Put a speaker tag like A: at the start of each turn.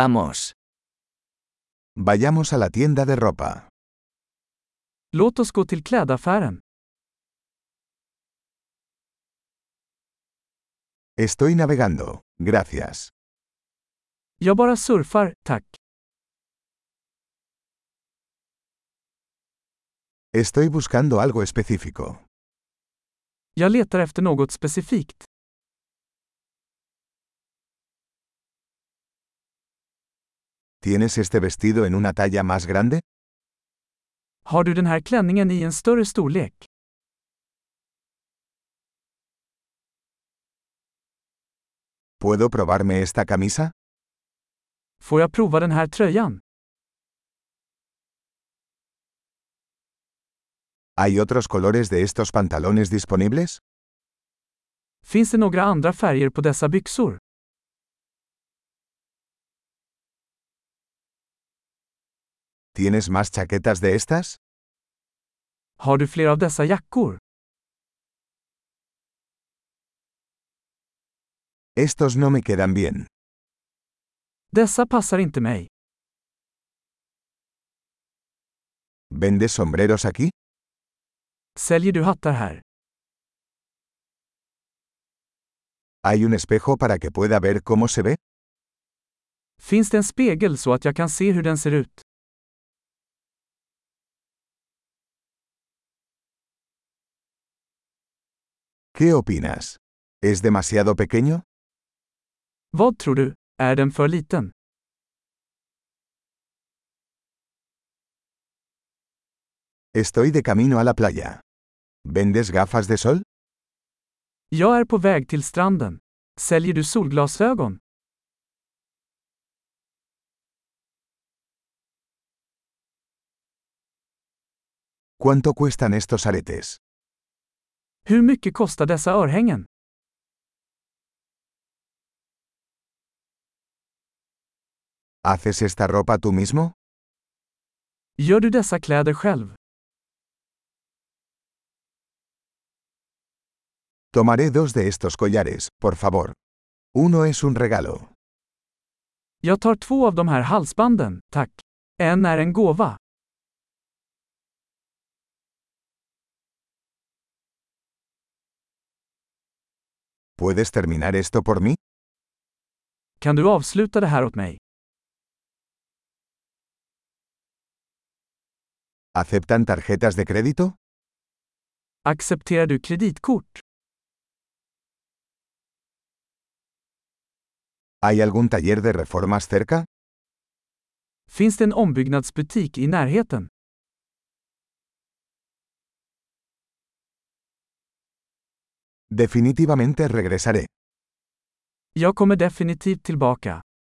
A: Vamos.
B: Vayamos a la tienda de ropa.
C: Låt oss gå till klädaffären.
B: Estoy navegando, gracias.
C: Jag bara surfar, tack.
B: Estoy buscando algo específico.
C: Jag letar efter något specifikt.
B: ¿Tienes este vestido en una talla más grande?
C: Har du den här klänningen i en större storlek?
B: ¿Puedo probarme esta camisa?
C: Får jag prova den här tröjan?
B: ¿Hay otros colores de estos pantalones disponibles?
C: Finns det några andra färger på dessa byxor?
B: ¿Tienes más chaquetas de estas?
C: Har du fler av dessa jackor?
B: Estos no me quedan bien.
C: Dessa passar inte mig.
B: ¿Vendes sombreros aquí?
C: Säljer du hattar här?
B: ¿Hay un espejo para que pueda ver cómo se ve?
C: Finns det en spegel så att jag kan se hur den ser ut?
B: ¿Qué opinas? ¿Es demasiado pequeño?
C: Vad tror du? Är den för liten?
B: Estoy de camino a la playa. ¿Vendes gafas de sol?
C: Jag är på väg till stranden. Säljer du solglasögon?
B: ¿Cuánto cuestan estos aretes?
C: Hur mycket kostar dessa örhängen?
B: ¿Haces esta ropa tú mismo?
C: Gör du dessa kläder själv?
B: Tomaré dos de estos collares, por favor. Uno es un regalo.
C: Jag tar två av de här halsbanden, tack. En är en gåva.
B: ¿Puedes terminar esto por mí?
C: Kan du avsluta det här åt mig?
B: ¿Aceptan tarjetas de crédito?
C: Accepterar du kreditkort?
B: ¿Hay algún taller de reformas cerca?
C: Finns det en ombyggnadsbutik i närheten?
B: Definitivamente regresaré.
C: Jag kommer definitivt tillbaka.